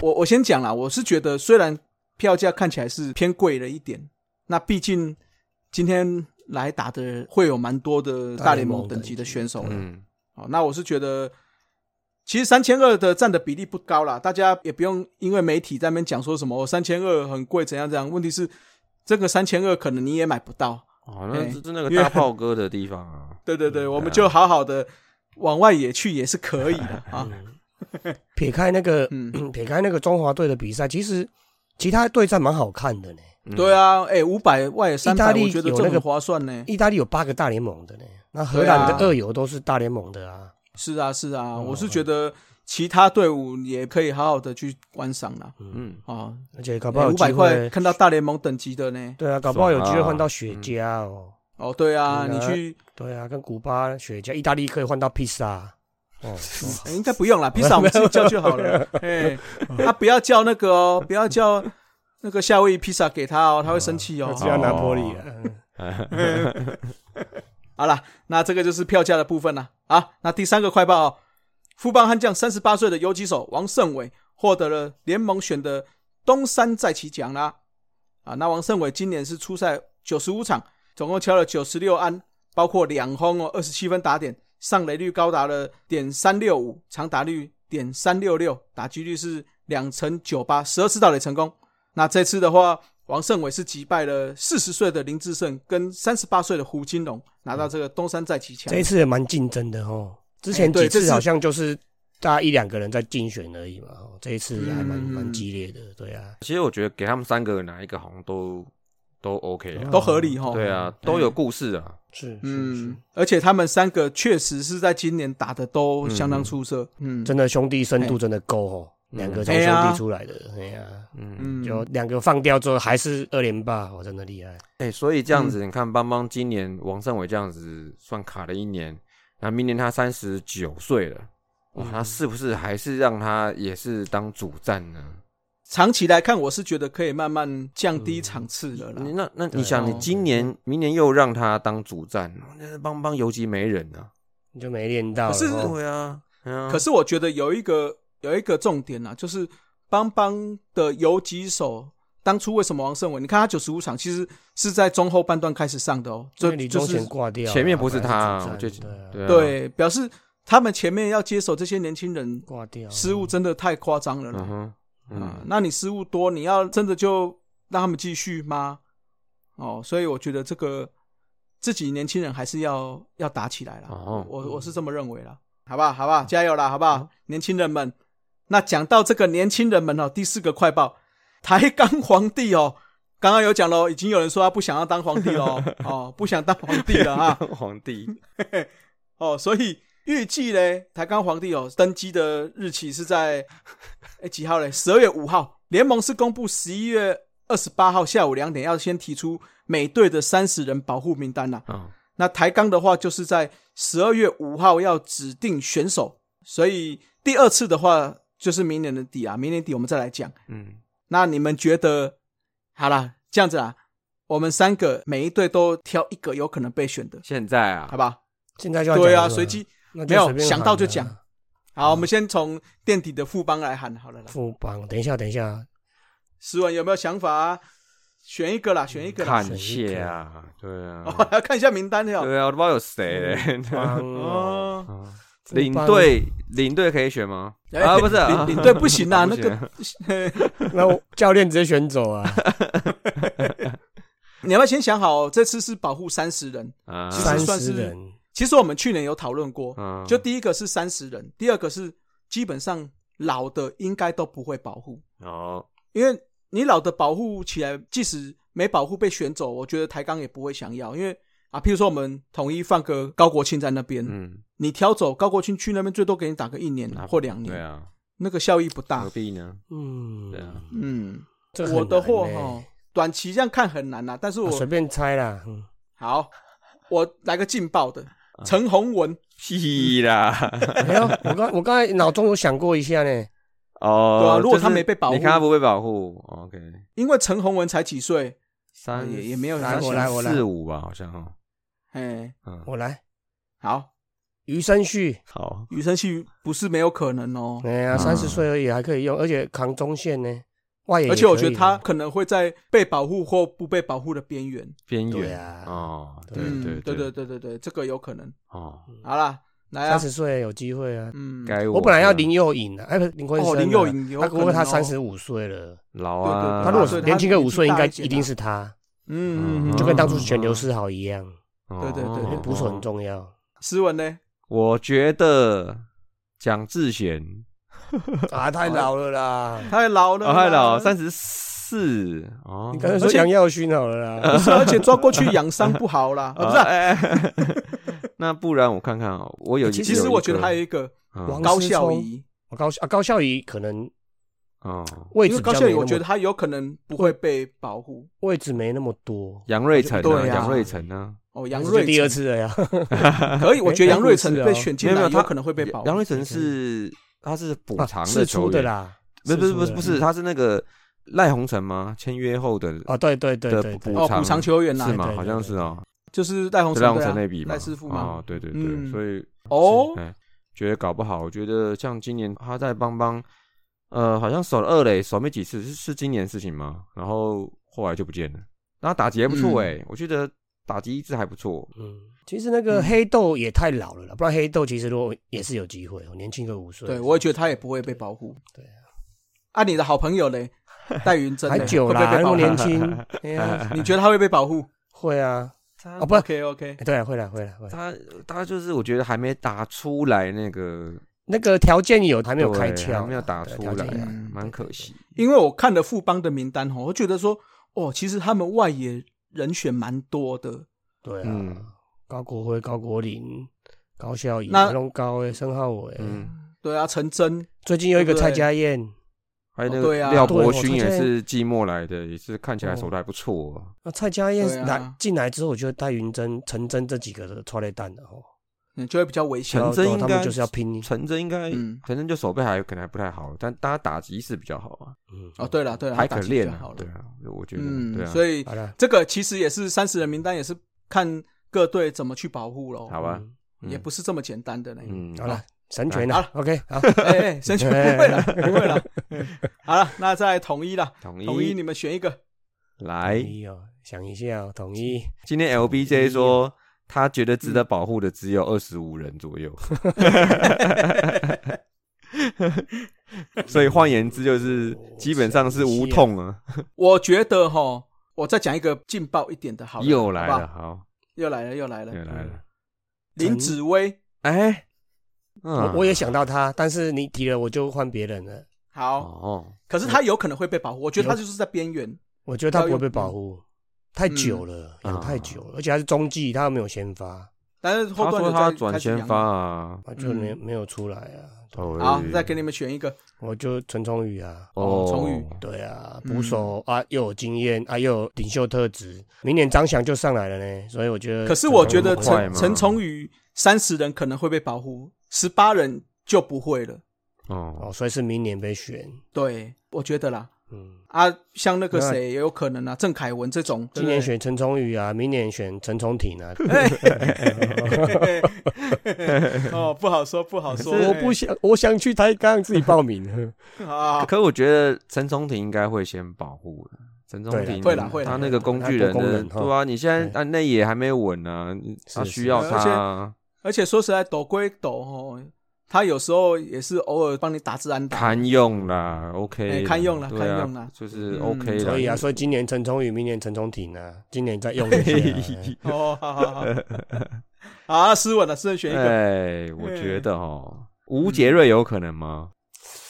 C: 我我先讲啦，我是觉得虽然票价看起来是偏贵了一点，那毕竟今天来打的会有蛮多的大联盟等级的选手了，
A: 嗯，
C: 哦，那我是觉得，其实三千二的占的比例不高啦，大家也不用因为媒体在那边讲说什么哦三千二很贵怎样怎样，问题是这个三千二可能你也买不到。
A: 哦，那
C: 哎
A: 是真那个
C: 因为
A: 大炮哥的地方啊，
C: 对对对，
B: 嗯
C: 我们就好好的往外野去也是可以
B: <laughs>
C: 的啊。
B: 嗯撇开那个，
C: 嗯
B: 撇开那个中华队的比赛，其实其他对战蛮好看的呢。
A: 嗯
C: 对，啊，哎，五百外野三
B: 意大
C: 百，
B: 利
C: 我觉得
B: 有
C: 这
B: 那个
C: 很划算呢。
B: 意大利有八个大联盟的呢，那荷兰
C: 对
B: 的
C: 啊
B: 二游都是大联盟的啊。
C: 是啊，是啊，
B: 嗯
C: 我是觉得其他队伍也可以好好的去观赏啦。
A: 嗯，
C: 啊。
B: 而且搞不好有
C: 五百
B: 机
C: 块
B: 会，
C: 看到大联盟等级的呢？
B: 对啊，搞不好有机会
A: 爽啊
B: 换到雪茄哦。
C: 哦，对啊，
B: 嗯
C: 你去
B: 对啊，跟古巴雪茄，意大利可以换到披萨。
C: <laughs>
B: 哦，
C: 欸应该不用啦，披萨我们自己叫就好了。哎，他不要叫那个哦，不要叫那个夏威夷披萨给他哦，他会生气哦
B: 只。要拿玻璃了。嗯
C: 好啦，那这个就是票价的部分啦。啊，那第三个快报哦，富邦悍将三十八岁的游击手王胜伟获得了联盟选的东山再起奖啦。啊，那王胜伟今年是出赛九十五场，总共敲了九十六安，包括两轰哦，二十七分打点，上垒率高达了点三六五，长打率点三六六，打击率是两成九八，十二次盗垒成功。那这次的话，王胜伟是击败了四十岁的林志胜跟三十八岁的胡金龙，拿到这个东山再起奖。
B: 这一次也蛮竞争的哦。之前
C: 哎对
B: 几
C: 这
B: 次
C: 次
B: 好像就是大家一两个人在竞选而已嘛，哦这一次还蛮
C: 嗯
B: 蛮激烈的，对啊。
A: 其实我觉得给他们三个哪一个好像都都 OK 啊，
C: 都合
B: 哦
C: 理哈、
A: 对啊，都有故事啊，
B: 是，是是
C: 嗯，，而且他们三个确实是在今年打的都相当出色，嗯，
B: 真的兄弟深度真的够哦，两个从
C: 哎
B: 兄
C: 呀
B: 弟出来的，哎呀，
A: 嗯，
C: 嗯，
B: 就两个放掉之后还是二连霸，我真的厉害。
A: 哎，所以这样
C: 嗯
A: 子，你看邦邦今年王胜伟这样子算卡了一年，那明年他三十九岁了，哇，
C: 嗯
A: 他是不是还是让他也是当主战呢？
C: 长期来看，我是觉得可以慢慢降低场次了啦。
B: 嗯
A: 你那那
B: 对
A: 你想，你
C: 哦
A: 今年、明年又让他当主战，那帮帮游击没人啊。
B: 你就没练到，哦
C: 可是
B: 然后
A: 对啊，对啊
C: 可是我觉得有一个有一个重点啊，就是邦邦的游击手。当初为什么王胜伟？你看他九十五场，其实是在中后半段开始上的哦，
B: 因
C: 就
B: 为李
C: 就
B: 宗
C: 是
B: 贤挂掉了，
A: 前面不是
B: 本
A: 他
B: 来
A: 啊，我
B: 主
A: 就
B: 战对啊，
A: 对啊，
C: 对，表示他们前面要接手这些年轻人，
B: 挂掉啊
C: 失误真的太夸张了啦。
A: 嗯哼，
C: 啊
A: 嗯，，
C: 那你失误多，你要真的就让他们继续吗？哦，所以我觉得这个自己年轻人还是要要打起来啦。
A: 哦
C: 我我是这么认为啦，好不好？好不好？加油啦，好不好？年轻人们，那讲到这个年轻人们哦，第四个快报，台钢皇帝哦，刚刚有讲喽，已经有人说他不想要当皇帝喽，哦，不想当皇帝了啊，
A: <laughs> 皇帝，
C: 哦，所以预计嘞，台钢皇帝哦登基的日期是在哎几号嘞？十二月五号。联盟是公布十一月二十八号下午两点要先提出每队的三十人保护名单啦、
A: 嗯，
C: 那台钢的话就是在十二月五号要指定选手，所以第二次的话就是明年的底啊，明年底我们再来讲。
A: 嗯，
C: 那你们觉得好啦，这样子啊，我们三个每一队都挑一个有可能被选的，
A: 现在啊
C: 好，不好？
B: 现在就要
C: 对啊，
B: 讲了
C: 随机。
B: 那
C: 没
B: 就
C: 有
B: 随便
C: 想
B: 喊啊
C: 到就
B: 了
C: 讲好，我们先从垫底的富邦来喊好了啦。
B: 副帮，等一下，等一下，
C: <laughs> 诗文有没有想法、啊？选一个啦，选一个啦。
A: 看一下啊，对啊，
C: <laughs> 哦，要看一下名单了。
A: 对啊，我都不知道有谁嘞。 <laughs>
B: 帮哦
C: 哦，
A: 嗯
B: 富邦
A: 领队，领队可以选吗？
C: 哎
A: 啊，不是啊
C: 领领队不行
A: <laughs>
C: 啊，
A: 不
C: 那
A: 行
C: 个
A: 啊
B: 那我教练直接选走啊，
C: <laughs> 你要不要先想好，这次是保护三十人。
A: 啊，
C: 其实 <laughs>
B: 三
C: 算是
B: 十人，
C: 其实我们去年有讨论过，
A: 嗯
C: 就第一个是三十人，第二个是基本上老的应该都不会保护，
A: 哦，
C: 因为你老的保护起来，即使没保护被选走，我觉得台钢也不会想要，因为啊，譬如说我们统一放个高国庆在那边，
A: 嗯，
C: 你挑走高国庆去那边，最多给你打个一年
A: 啊
C: 或两年，
A: 对啊，
C: 那个效益不
A: 何
C: 大。
A: 必呢？
B: 嗯
A: 对啊，
C: 嗯，
B: 这很
C: 我的
B: 难
C: 货
B: 呢
C: 哈，短期这样看很难呐、但是
B: 啊
C: 我、
B: 随便猜啦。嗯
C: 好，我来个劲爆的，
A: 啊
C: 陈宏文，
A: 屁啦！
B: 哎呦，我刚我刚才脑中有想过一下呢，
A: 哦，
C: 对啊如果他
A: 就是
C: 没被保护哎
A: 你看他不被保护，OK，
C: 因为陈宏文才几岁，
A: 三
C: 也也没有
B: 来我来我来
A: 四五吧，好像哈，
C: 哎，
A: 嗯，
B: 我来
C: 好，
B: 余生旭，
A: 好，
C: 余生旭不是没有可能哦，
B: 哎呀，
A: 啊
B: 三十岁而已还可以用，而且扛中线呢，外野也
C: 而且我觉
B: 可以
C: 得
B: 啊
C: 他可能会在被保护或不被保护的边缘。
A: 边
B: 对
A: 缘
B: 啊
A: 哦，对
C: 嗯，
A: 对
C: 对
A: 对
C: 对对对，这个有可能。
A: 哦，
C: 好啦，来
B: 三
C: 啊，
B: 十岁有机会啊。
C: 嗯，
A: 该
B: 我本来要
A: 了
B: 林佑颖的，哎，不是林坤生
C: 哦，
B: 啊，
C: 林佑颖有
B: 他
C: 可
B: 不
C: 能哦
B: 过他三，十五岁了，
A: 老
C: 对对
A: 啊，
C: 对
B: 他如果
C: 所以
B: 是
C: 他
B: 年轻个五岁，应该
C: 年纪大一点啊
B: 一定是他，
C: 嗯，嗯嗯嗯
B: 就跟当初
A: 嗯
B: 选刘思豪一样，
A: 对
C: 对对对
B: 捕手很。重要
C: 斯文呢，
A: 哦我觉得蒋志贤
C: 嗯
B: 啊，太老了啦，
C: 太老了
A: 哦，
C: 啦，呃
A: 太老，三十四哦
B: 你，刚才说杨耀勋好了啦，
C: 不是，而且抓过去养伤不好
A: <laughs>
C: 啦，啊，不是啊。
A: 哎哎哎 <laughs> 那不然我看看哦，我有嗯
B: 其
C: 其实我觉得还有一个
B: 王
C: 高
B: 思
C: 孝
B: 聪
C: 仪，
B: 我高啊高孝仪可能
A: 哦，
B: 位
C: 因
B: 置
C: 为
B: 比
C: 高
B: 较
C: 孝
B: 没
C: 仪，我
B: 那
C: 觉得
B: 么
C: 他有可能不会被保护。
B: 位置没那么多，
A: 杨瑞成啊，
C: 对啊
A: 杨瑞成呢？
C: 哦，杨
B: 这
C: 瑞
B: 是第二
C: 成
B: 次了呀，
C: 可以，我觉得
B: 哎
C: 杨瑞成
B: 杨
C: 被
B: 瑞成是哦
C: 选
A: 没
C: 进
A: 有没
C: 来
A: 有他
C: 有可能会被保护。
A: 杨瑞成是他是补偿
B: 啊是
A: 的
B: 出
A: 球
B: 的
A: 员，
B: 啦，
A: 不是不
B: 释出
A: 是不是
B: 的
A: 不是，他是那个赖鸿成吗？签约后的
B: 啊，对对对
A: 的
B: 对对
A: 补
C: 哦，补偿球员
A: 是
C: 呐，
A: 吗？
B: 对
A: 好
B: 对
A: 像
B: 对
A: 是哦，
C: 就是戴宏
A: 是赖
C: 成
A: 鸿
C: 对啊
A: 成那笔嘛，
C: 赖师傅嘛
A: 哦，。对对
C: 嗯
A: 对，所以
C: 哦，
A: 哎，觉得搞不好，我觉得像今年他在邦邦，呃，好像守了二垒，守没几次，是是今年的事情吗？然后后来就不见了。那打击还不错
C: 嗯
A: 哎、我觉得打击一直还不错。
B: 嗯，其实那个黑豆也太老了啦，不然黑豆其实如果也是有机会，我年轻个五岁。
C: 对，我也觉得他也不会被保护。
B: 对啊，
C: 啊，你的好朋友
B: <laughs>
C: 嘞，戴云珍嘞
B: 还久
C: 会不会
B: 啦，
C: 被
B: 那
C: 保护
B: 么年
C: <laughs>
B: 轻，哎呀，
C: 你觉得他会被保护
B: 会啊，
A: 他
B: 哦不，
C: ？OK OK，
B: 对啊，会啦会啦会啦。
A: 他他就是我觉得还没打出来那个
B: 那个条件有还没有
A: 对
B: 开
A: 还
B: 窍，
A: 没有打
B: 对
A: 出
B: 条
A: 来
B: 件
A: 啊
B: 有，
A: 蛮可惜。
C: 因为我看了富邦的名单吼，我觉得说，哦，其实他们外野人选蛮多的。
B: 对啊
A: 嗯，
B: 高国辉、高国林、高孝仪、
C: 那
B: 龙高诶、申浩伟，欸
A: 嗯，
C: 对啊，陈真，
B: 最近有一个
C: 对不对
B: 蔡家燕，
A: 还有那
C: 哦
A: 个
C: 对啊
A: 廖
B: 对
A: 博
B: 我
A: 勋
B: 昨
A: 也
B: 天哦
A: 是寂寞来的，也是看起来手的还不错、啊。
B: 那哦蔡家
C: 对啊
B: 燕来进来之后，我觉得戴云珍、陈真这几个的超累蛋了哦，
C: 嗯，就会比较危险
A: 陈。真
B: 然后
A: 应
B: 他
A: 该
B: 们就是要拼音，
A: 陈真应该，
C: 嗯
A: 陈真就手背还可能还不太好，但大家打击是比较好啊。
B: 嗯，
C: 哦，对了对了，
A: 还
C: 打
A: 可
C: 击
A: 练
C: 就
A: 啊
C: 好，了
A: 对。啊，我觉得，对
C: 嗯，
A: 啊，
C: 所
A: 以
C: 以
B: 好了，
C: 这个其实也是三十人名单，也是看各队怎么去保护咯。
A: 好吧，嗯
C: 也不是这么简单的呢。
A: 嗯，
B: 好了，神拳
C: 好
B: 了
C: 了
B: ，OK，好，
C: 哎哎，神奇不会
A: <laughs>
C: 了，不会了。好了，那再来统一了，
A: 统一
C: 统一你们选一个。
A: 来
B: 统。一哦，想一下哦，统一，
A: 今天 LBJ 说他觉得值得保护的只有二十五人
C: <laughs>
A: 左右，所以换言之就是基本上是无痛啊，
C: 我觉得哈，我再讲一个劲爆一点的，好了，
A: 又来
C: 嗯好不
A: 了，
C: 好，
A: 好，
C: 又来了，又来
A: 又
C: 了。嗯
A: 来了，
C: 林子薇，
A: 哎，
B: 我
C: 啊
A: 嗯
B: 我也想到他，但是你提了我就换别人了，
C: 好，
A: 哦，
C: 可是他有可能会被保护，我觉得他就是在边缘。
B: 我觉得他不会被保护，太久了，
A: 嗯
B: 养太久了，而且他是中继，他又没有先发，
C: 但是后
A: 他
C: 段
A: 说
C: 有
A: 他
C: 在
A: 转
C: 开始
A: 先
C: 养
A: 发。啊，
B: 啊，就没
C: 嗯
B: 没有出来啊，对
A: 哦
C: 好，再给你们选一个。
B: 我就陈崇宇啊，
A: 哦，
C: 崇宇
B: 对啊，
C: 嗯
B: 捕手啊又有经验啊又有领袖特质，明年张翔就上来了呢，所以我觉得，
C: 可是我觉得
A: 这么快
C: 陈
A: 吗
C: 陈崇宇三十人可能会被保护，十八人就不会了。
A: 哦
B: 哦，，所以是明年被选，
C: 对，我觉得啦。
B: 嗯，
C: 啊，像那个
B: 那
C: 谁也有可能啊，郑凯文这种，
B: 今年
C: 对
B: 选陈崇宇啊，明年选陈崇廷啊，
C: 不对 <laughs> 哦，不好说，不好说。
B: 我不想，我想去抬杠，自己
C: <laughs>
B: 报名。
C: 啊，
A: 可我觉得陈松廷应该会先保护的。陈松廷
C: 对啦会啦会啦
A: 他那个工具人
B: 他多功
A: 的，
B: 能哈
A: 对啊，你现在
B: 对
A: 啊内野还没稳呢，你他
B: 是
A: 需要
C: 哎是
A: 他啊
C: 而且说实在，抖归抖哦，他有时候也是偶尔帮你打字安打。
A: 堪用啦，OK，
C: 哎
A: 啦
C: 堪用啦
A: 对
C: 堪
A: 啊
C: 用啦
A: 就是
C: 嗯
A: OK
B: 所以啊，
A: 啦。
B: 所以今年陈崇宇，明年陈崇廷 <laughs> 啊，今年再用一下啊。
C: 哦，好好好，好啊，斯文了，斯文选一个。
A: 哎，我觉得哦，
C: 嗯
A: 吴杰瑞有可能吗？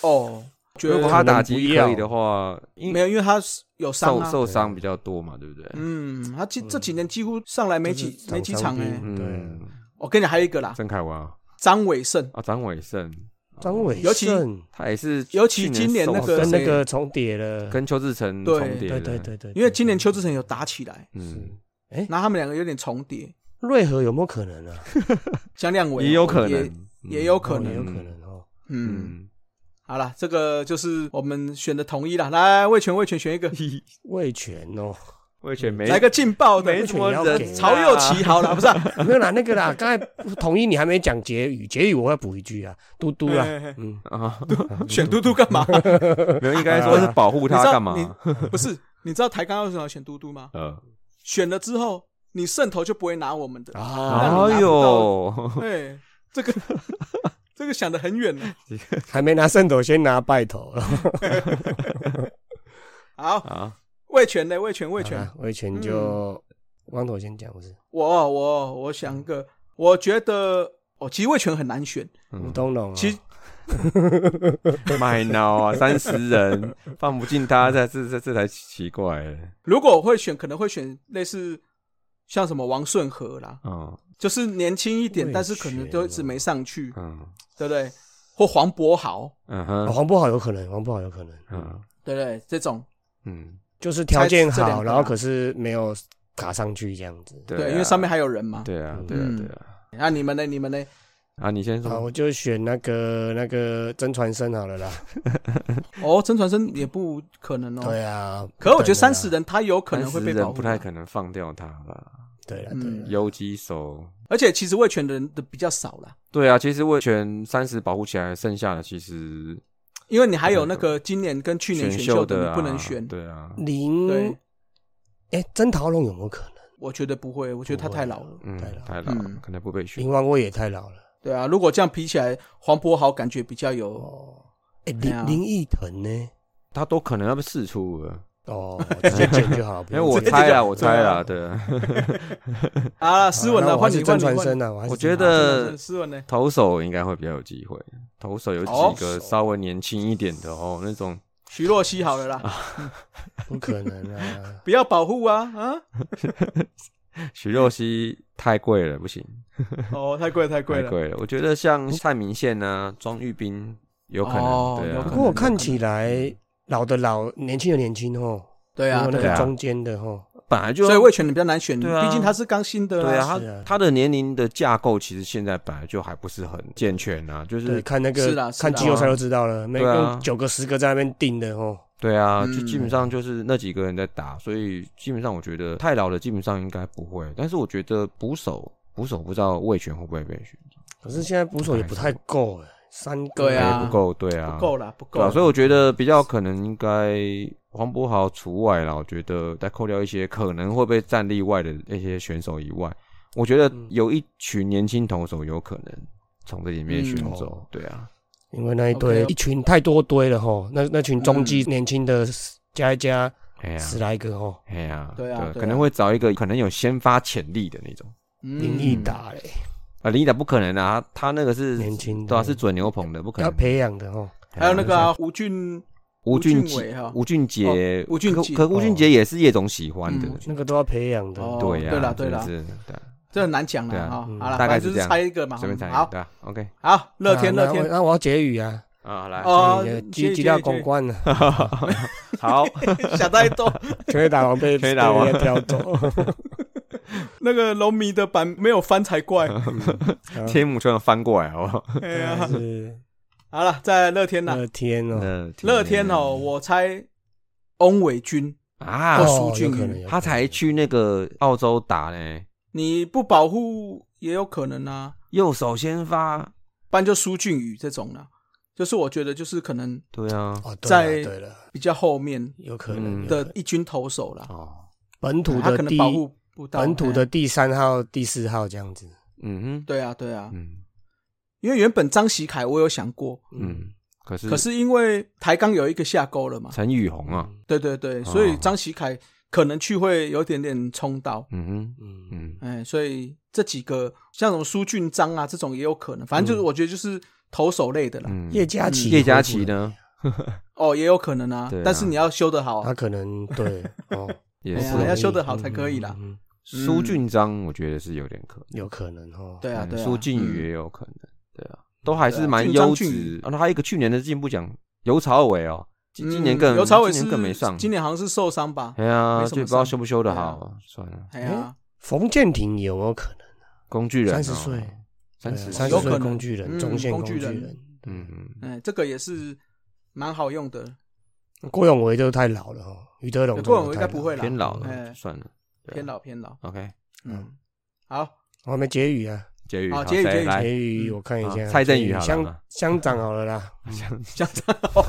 C: 哦，觉
A: 如
C: 得
A: 果
B: 他
A: 他打击可
B: 可能
A: 以
B: 不要
A: 的话，因
C: 没有，因为他是有伤
A: 受
C: 啊。
A: 受伤比较多嘛，对不对？
C: 嗯，他这这几年几乎上来没几
B: 就是
C: 没几场
B: 伤病
C: 哎。
B: 对啊
A: 嗯，
C: 我跟你讲还有一个啦，
A: 郑凯文啊，
C: 张伟胜。
A: 啊，张伟胜，
B: <laughs> 张伟
C: 尤其
B: 胜
A: 他也是去，
C: 尤其今年
A: 年
C: 那
A: 受
C: 个
A: 伤
B: 跟那
C: 谁
B: 个重叠了，
A: 跟邱志成
C: 对
A: 重叠
B: 对
A: 了，
B: 对对对，
C: 因为今年
B: 对
C: 邱志成有打起来，
A: 嗯，
C: 那他们两个有点重叠，
B: 瑞和有没有可能啊？
C: 像亮伟
A: 也有可
C: 也
A: 能，
C: 也有可
B: 哦也有
C: 能，
B: 可能哦。
C: 嗯，
A: 嗯，
C: 好了，这个就是我们选的统一了，来魏权魏权选一个，
B: 魏权哦， <laughs>
A: 魏权没
C: 来个劲爆的
A: 没什么
B: 魏权要给
A: 人，
B: 啊
C: 曹佑齐，好了，不是啊、
B: 没有啦，那个 <laughs> 啦，刚才同意你还没讲结语，结语我要补一句啊，嘟嘟啦，
C: 嘿嘿嘿
B: 嗯，
C: <laughs>
A: 啊，
C: 选嘟嘟干嘛？
A: 没有，应该说是保护
C: 你知
A: 他
C: 道
A: 干嘛？
C: 你不是，你知道台刚为什么要选嘟嘟吗？
A: 呃，
C: 选了之后，你渗头就不会拿我们的。
B: 啊，
C: 那你拿
A: 哎
C: 不到
A: 呦，
C: 对，这个 <laughs> 这个想的很远呢。
B: 还没拿圣斗，先拿拜头了。
C: 好，
A: 啊，
C: 魏权呢？魏权， <laughs> 魏
B: 好
C: 权嗯
B: 啦， <laughs> 魏权就汪头先讲，不是
C: 我我我想个，我觉得哦，其实魏权很难选。
B: 吴
A: 嗯，
B: 东龙哦，
C: 其实
A: 卖脑
C: <laughs>
A: 啊，三十人放不进他，这这这这才奇怪了，
C: 如果我会选，可能会选类似像什么王顺和啦，
A: 嗯
C: 就是年轻一点，
B: 魏
C: 但是可能
B: 权
C: 都一直
B: 哦
C: 没上去，
A: 嗯
C: 对不对？或黄博豪，
A: 嗯
B: 哦
A: 哼
B: 黄不好有可能，黄不好有可能，
A: 嗯
C: 对不对？这种
A: 嗯，
B: 就是条件
C: 才这两个
B: 好，
C: 啊
B: 然后可是没有卡上去这样子。
A: 对啊，
C: 对，因为上面还有人嘛。
A: 对啊
B: 嗯
A: 对啊
C: 嗯
A: 对啊，
C: 那你们呢？你们呢？
A: 啊，你先
B: 好，
A: 说，
B: 我就选那个那个真传生好了啦。
C: 哦，曾传生也不可能哦。
B: 对啊，
C: 可我觉得
B: 不等了
C: 三
B: 啦
C: 十，人他有可能会被
A: 30
C: 保
A: 人
C: 护，啊
A: 不太可能放掉他吧？
B: 对了
C: 嗯
B: 对啦，
A: 游击手，
C: 而且其实卫权的人的比较少啦，
A: 对啊，其实魏权三十保护起来，剩下的其实
C: 因为你还有那个今年跟去年选秀
A: 秀
C: 的
A: 的
C: 你
A: 啊
C: 不能选。
A: 对啊，
B: 零
C: 对，
B: 哎，真桃龙有没有可能？
C: 我觉得不会，我觉得他太老了。
A: 嗯
B: 太老，，
A: 太老了
C: 嗯，
A: 可能不被选
B: 林。王威也太老了。
C: 对啊，如果这样比起来，黄渤豪感觉比较有。
B: 哦，哎，
C: 对啊
B: 林林奕腾呢？
A: 他都可能要被试出了，
B: 哦，直接剪就 <laughs> 好，不
A: 因
B: 用
A: 为我
B: 剪
A: 猜啦，
C: 这
A: 我猜啦，
B: 对
A: 对啊， <laughs>
C: 啊，斯文
B: 好那
C: 呢？
B: 我还
C: 换
B: 是
C: 你，
B: 真
C: 换你，
B: 传
C: 换
B: 生
C: 你。
B: 啊，我还是
A: 我
B: 真
A: 觉
B: 传生
A: 得
C: 斯文呢？
A: 投手应该会比较有机会，投手有
C: 投
A: 几
B: 手
A: 个稍微年轻一点的哦，那种
C: 徐若曦好了啦，
B: 不 <laughs> 可能啊，
C: 不要保护啊啊！
A: 徐若曦太贵了，不行，
C: 哦，太贵了太贵
A: 太
C: 了。
A: 贵了。我觉得像蔡明宪啊、庄玉斌有可能，
C: 哦
A: 对
C: 有可
B: 不
A: 啊
C: 能，
B: 过我看起来老的老，年轻的年轻哦，
C: 对啊，
B: 没有那
C: 对
B: 个
C: 啊。
B: 中间的哦，
A: 本来就
C: 所以卫权你比较难选，
A: 对啊
C: 毕竟他是刚新的。
A: 对啊，
B: 是啊
A: 他他的年龄的架构其实现在本来就还不是很健全啊，就
B: 对，
A: 是
B: 看那
C: 是啦
B: 个
C: 是啦
B: 看季后赛就知道了，每
A: 对啊
B: 个九个十个在那边定的哦，
A: 对啊，
C: 嗯
A: 就基本上就是那几个人在打，所以基本上我觉得太老的基本上应该不会，但是我觉得捕手捕手不知道魏权会不会被选，
B: 可是现在捕手也不太够哎，三个
C: 对啊
A: 也不够，对啊，
C: 不够啦，不够
A: 对啊，
C: 啦。
A: 所以我觉得比较可能应该黄博豪除外啦。我觉得再扣掉一些可能会被战力外的那些选手以外，我觉
C: 嗯
A: 得有一群年轻投手有可能从这里面选
B: 嗯
C: 哦
A: 走。对啊，
B: 因为那一堆
C: OK 啊嗯
B: 一群太多堆了吼，那那群中继年轻的加一加
A: 哎呀，
B: 十来个吼，
A: 哎呀，
C: 对啊对啊
A: 可能会找一个可能有先发潜力的那种。
C: 嗯
B: 林毅达嘞，
A: 啊，林毅达不可能啊，他他那个是
B: 年轻的
A: 对啊，是准牛棚的，不可
B: 要
A: 能。
B: 培养的吼，
A: 哎呀
C: 还有那个啊吴俊，
A: 吴俊
C: 吴俊伟哈
A: 杰，吴俊
C: 哦，
A: 杰
C: 吴俊杰哦
A: 可可吴俊杰也是叶总喜欢的
C: 嗯。
B: 那个都要培养的。
C: 哦
A: 嗯对呀，
C: 对啦对啦
A: 真的是对啊，
C: 这很难讲了
A: 对啊
C: 啊。
B: 嗯
C: 好了，
A: 大概
C: 反
A: 是
C: 正就
A: 这
C: 是
A: 样
C: 猜一个嘛。
A: 随便猜一个，
C: 好
A: 对啊，OK
C: 好，乐天乐
B: 啊
C: 天
B: 那我那我要结语啊，
A: 啊，来，
C: <laughs> 哦
B: 也
C: 结
B: 积
C: 语
B: 极
C: 结
B: 到
C: 语结语
B: 公关了。
A: 好，
B: <laughs>
C: 想太多。
B: 全垒打
C: <laughs>
B: 王被
A: 全垒打王
B: 被人家挑走，
C: 那个龙迷的版没有翻才
B: <laughs>
C: 怪。啊
A: 天母突然翻过来，好哦不好？
C: 哎
B: 还
C: 呀，
B: 嗯啊是
C: 好了，在乐天啦，
B: 乐天
A: <laughs>
B: 哦，
C: 嗯
A: 嗯
C: 乐天哦，我猜翁伟君，
A: 啊
C: 或，
B: 哦
C: 苏俊
B: 有可
C: 宇
B: 能有
A: 他才去那个澳洲打呢，
C: 你不保护也有可能啊，
A: 右手先发，
C: 不然就苏俊宇这种啦。就是我觉得就是可能
A: 对啊，
B: 哦，对
C: 在
B: 了对了，
C: 比较后面
B: 有可能
A: 嗯
B: 有可
C: 的
B: 能
C: 一军投手啦，哎
A: 哦，
B: 本土
C: 他
B: 的
C: 可能
B: 第
C: 保护不到
B: 本土的
C: 哎
B: 第三号、第四号这样子，
A: 嗯哼，
C: 对啊对啊，
A: 嗯
C: 因为原本张喜凯我有想过，
A: 嗯，可是
C: 可是因为台钢有一个下钩了嘛，
A: 陈宇宏啊，
C: 对对对，所以张喜凯可能去会有点点冲到，
A: 嗯哼，
B: 嗯嗯，
A: 嗯
C: 哎，所以这几个像什么苏俊章啊这种也有可能，反正就是我觉得就是投手类的啦，
A: 嗯，
B: 叶佳琪，
A: 叶佳琪？呢
C: 哦也有可能啊
A: 对啊，
C: 但是你要修得好
B: 他
C: 啊，
B: 可能对
C: <laughs>
B: 哦，
A: 也
C: 哎
A: 是
C: 呀
B: 不容易
C: 要修得好才可以啦，
B: 嗯嗯嗯
A: 苏俊章，我觉得是有点可能，
B: 有可能哦，
C: 对啊对啊，
A: 苏靖宇
C: 嗯
A: 也有可能，对啊，都还
D: 对
A: 是
D: 啊
A: 蛮
C: 进
A: 优
C: 张俊
A: 质
C: 宇。
A: 然后还哦有一个去年的进步奖，尤朝伟哦，今今年更
C: 嗯刘朝伟
A: 今
C: 是
A: 年更没上。
C: 今年好像是受伤吧？
A: 哎呀，
C: 没
A: 就
C: 什么
A: 不知道
C: 上
A: 修不修的
C: 对啊
A: 好，算了。
C: 哎呀，
B: 冯建廷有没有可能？
A: 工具人哦
B: 30岁，
A: 三十
B: 三
C: 有可
B: 十岁
C: 能
B: 工具人，
C: 嗯
B: 中线
C: 工
B: 具
C: 具人
B: 人。
A: 嗯，
C: 哎，这个也是蛮好用的。
B: 郭永维就太老了哦，于德龙
C: 郭永维应该不会啦
A: 偏老了，
C: 哎
A: 就算了，对啊
C: 偏老偏老，
A: OK，
C: 嗯，好，
B: 我还没结语啊，
A: 结语，
C: 好
A: 好
C: 结语
A: 谁
C: 结语
A: 来
B: 结语我看一下，
A: 好蔡振宇
B: 结
A: 好了
B: 乡
A: 嘛
B: 乡长好了啦，
C: 乡长好，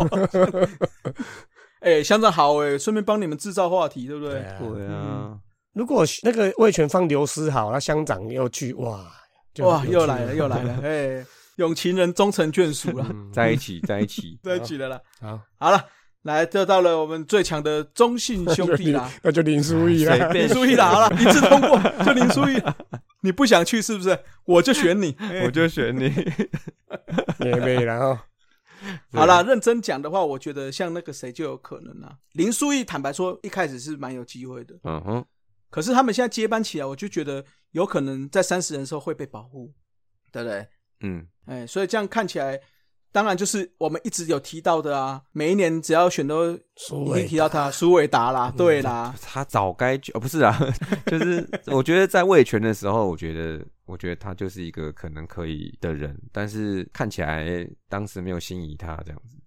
C: 哎，乡长好哎，顺便帮你们制造话题， <laughs> 对不对？
B: 啊
A: 对
C: 嗯
A: 啊，
B: 如果那个魏全放流失好，那乡长又去哇，就
C: 哇，
B: 有趣
C: 又来了，又
B: <laughs>
C: 来了，
A: <laughs>
C: 哎，有情人终成眷属了，，
A: 嗯在一起，在一起
C: 在一起了啦。
B: 好，
C: 好了，来，就到了我们最强的中
B: <laughs>
C: 信兄弟啦，
B: 那就林书
C: <laughs>
B: 义
A: 随
B: 啦，
A: 便
C: 林书义啦，
B: <laughs>
C: 好了，一致通过，就林书义。你不想去是不是？ <laughs> 我就选你。哎
A: 我就选你。
B: 也没然后
C: 好啦，认真讲的话，我觉得像那个谁就有可能啦。林书义坦白说，一开始是蛮有机会的，
A: 嗯哼，
C: 可是他们现在接班起来，我就觉得有可能在三十人的时候会被保护，对不对？
A: 嗯，
C: 哎，所以这样看起来，当然就是我们一直有提到的啊，每一年只要选都
B: 苏
C: 一定
B: 伟嗯
C: 提到他，苏伟达啦，对啦，
A: 他早该去，哦，不是啊， <laughs> 就是我觉得在魏权的时候，我觉得，我觉得他就是一个可能可以的人，但是看起来当时没有心仪他这样子。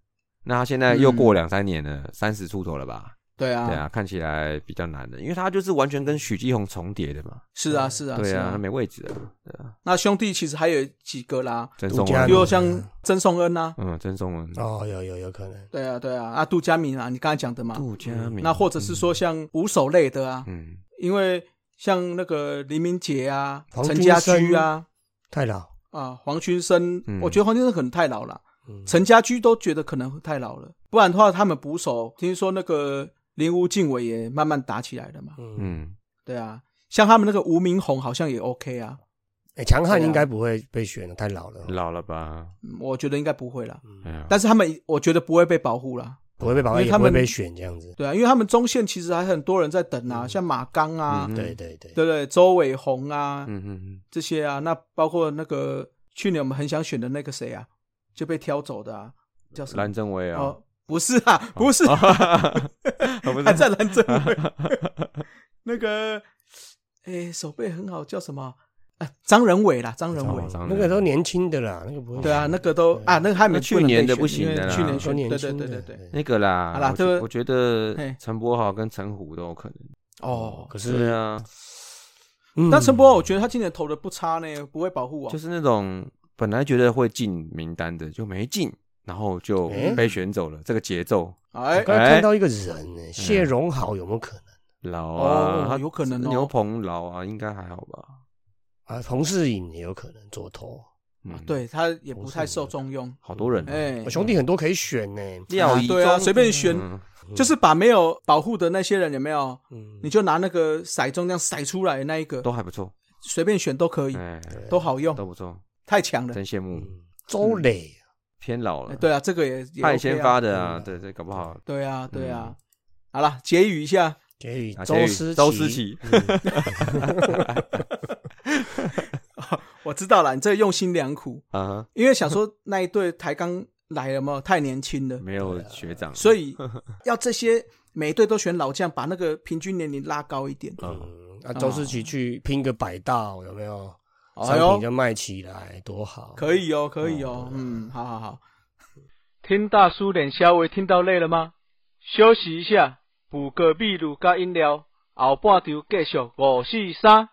A: 那他现在又过两三年了，三十、出头了吧？
C: 对
A: 对
C: 嗯啊，
A: 啊，看起来比较难的，因为他就是完全跟许继红重叠的嘛。
C: 是啊，是啊，
A: 对
C: 是
A: 啊，他
C: 啊。
A: 没位置啊。对啊，
C: 那兄弟其实还有几个啦，
A: 曾
B: 杜
A: 颂
B: 嘉
A: 文，啊
C: 比如
B: 明
C: 像曾颂恩呐，
A: 嗯，曾颂文，
B: 哦，有有有可能，
C: 对啊，对啊，啊，杜佳明啊，你刚才讲的嘛，
A: 杜佳明，
C: 那或者是说像五手类的啊，
A: 嗯，
C: 因为像那个黎明杰啊、
B: 黄
C: 陈
B: 君
C: 家
B: 生
C: 驹啊、
B: 太老，
C: 啊黄君生，
A: 嗯
C: 我觉得黄君生可能太老了，
B: 嗯
C: 陈家驹都觉得可能太老了，不然的话他们捕手听说那个林屋敬伟也慢慢打起来了嘛，
B: 嗯，
A: 嗯
C: 对啊，像他们那个吴明宏好像也 OK 啊，
B: 哎，强悍应该不会被选了，太老了
A: 嗯，，老了吧？
C: 嗯我觉得应该不会啦，
A: 哎呀，
C: 嗯但是他们我觉得不会被保护啦，
B: 不会被保
C: 因
B: 卫，
C: 为
B: 也
C: 他
B: 不
C: 们
B: 会被选这样子，
C: 对啊，因为他们中线其实还很多人在等啊，像马刚啊，
A: 嗯
B: 对对对，
C: 对不对？周伟宏啊，
A: 嗯嗯
C: 这些啊，那包括那个去年我们很想选的那个谁啊，就被挑走的啊，叫什
A: 嗯，
C: 么
A: 蓝？正威啊，哦
C: 哦， <laughs> 不是啊，不是啊，
A: 不是
C: 还在蓝正
A: <laughs>
C: 威那个，哎，手背很好，叫什么啊？张仁伟啦，张仁伟
A: 哦，张
B: 那个都年轻的啦，那个不会，
C: 对啊，那个都啊，那个还没
A: 那去年的不行的啦
C: 去年
B: 说
C: 选
B: 年
C: 对对
B: 轻的，
C: 对对对，
A: 那个啦，
C: 好啦这
A: 我觉
C: 个
A: 我觉得
C: 嘿
A: 陈柏豪跟陈虎都有可能。
C: 哦。
B: 可
A: 对
B: 是，
A: 啊，
B: 嗯
C: 但陈柏豪，我觉得他今年投的不差呢，不会保护我
A: 就。是那种本来觉得会进名单的就没进，然后就
B: 诶
A: 被选走了，这个节奏
B: 我
C: 哎，
B: 刚才
A: 哎
B: 看到一个人呢，谢荣好有没有可能
A: 老啊，
C: 哦
A: 他
C: 有可能哦
A: 牛棚老啊，应该还好吧？
B: 啊？彭世颖也有可能左投，
A: 嗯，，
C: 啊对他也不太受重用。
A: 好多人啊，
C: 哎
B: 我，哦兄弟很多可以选呢，
A: 廖
C: 啊
A: 一
C: 对啊，随便选，
A: 嗯
C: 就是把没有保护的那些人有没有，
B: 嗯
C: 你就拿那个骰盅这样骰出来的那一个，
A: 都还不错，
C: 随便选都可以，
A: 哎，
C: 都好用，
A: 都不错，
C: 太强了。
A: 真羡慕，
B: 嗯周磊
A: 偏老
C: 哎
A: 了，
C: 对啊，这个也也 OK
A: 他也
C: 啊
A: 先发的啊，对对，搞不好
C: 对啊，对啊
A: 嗯。
C: 好了，结语一下，
B: 给予
A: 啊
B: 周思
A: 周思齐
C: 我知道了，你这用心良苦，
A: 啊，
C: 因为想
A: <laughs>
C: 说那一队台刚来了嘛，太年轻了，
A: 没有学长，
C: 所以要这些每一队都选老将，把那个平均年龄拉高一点。
B: 嗯，啊，周思齐去拼个百道有没有？
C: 哎
B: 商品
C: 呦，
B: 就卖起来多好，
C: 可以哦，可以哦，嗯，好好好。听大叔脸稍微听到累了吗？休息一下，补个秘鲁加饮料，后半场继续五四三。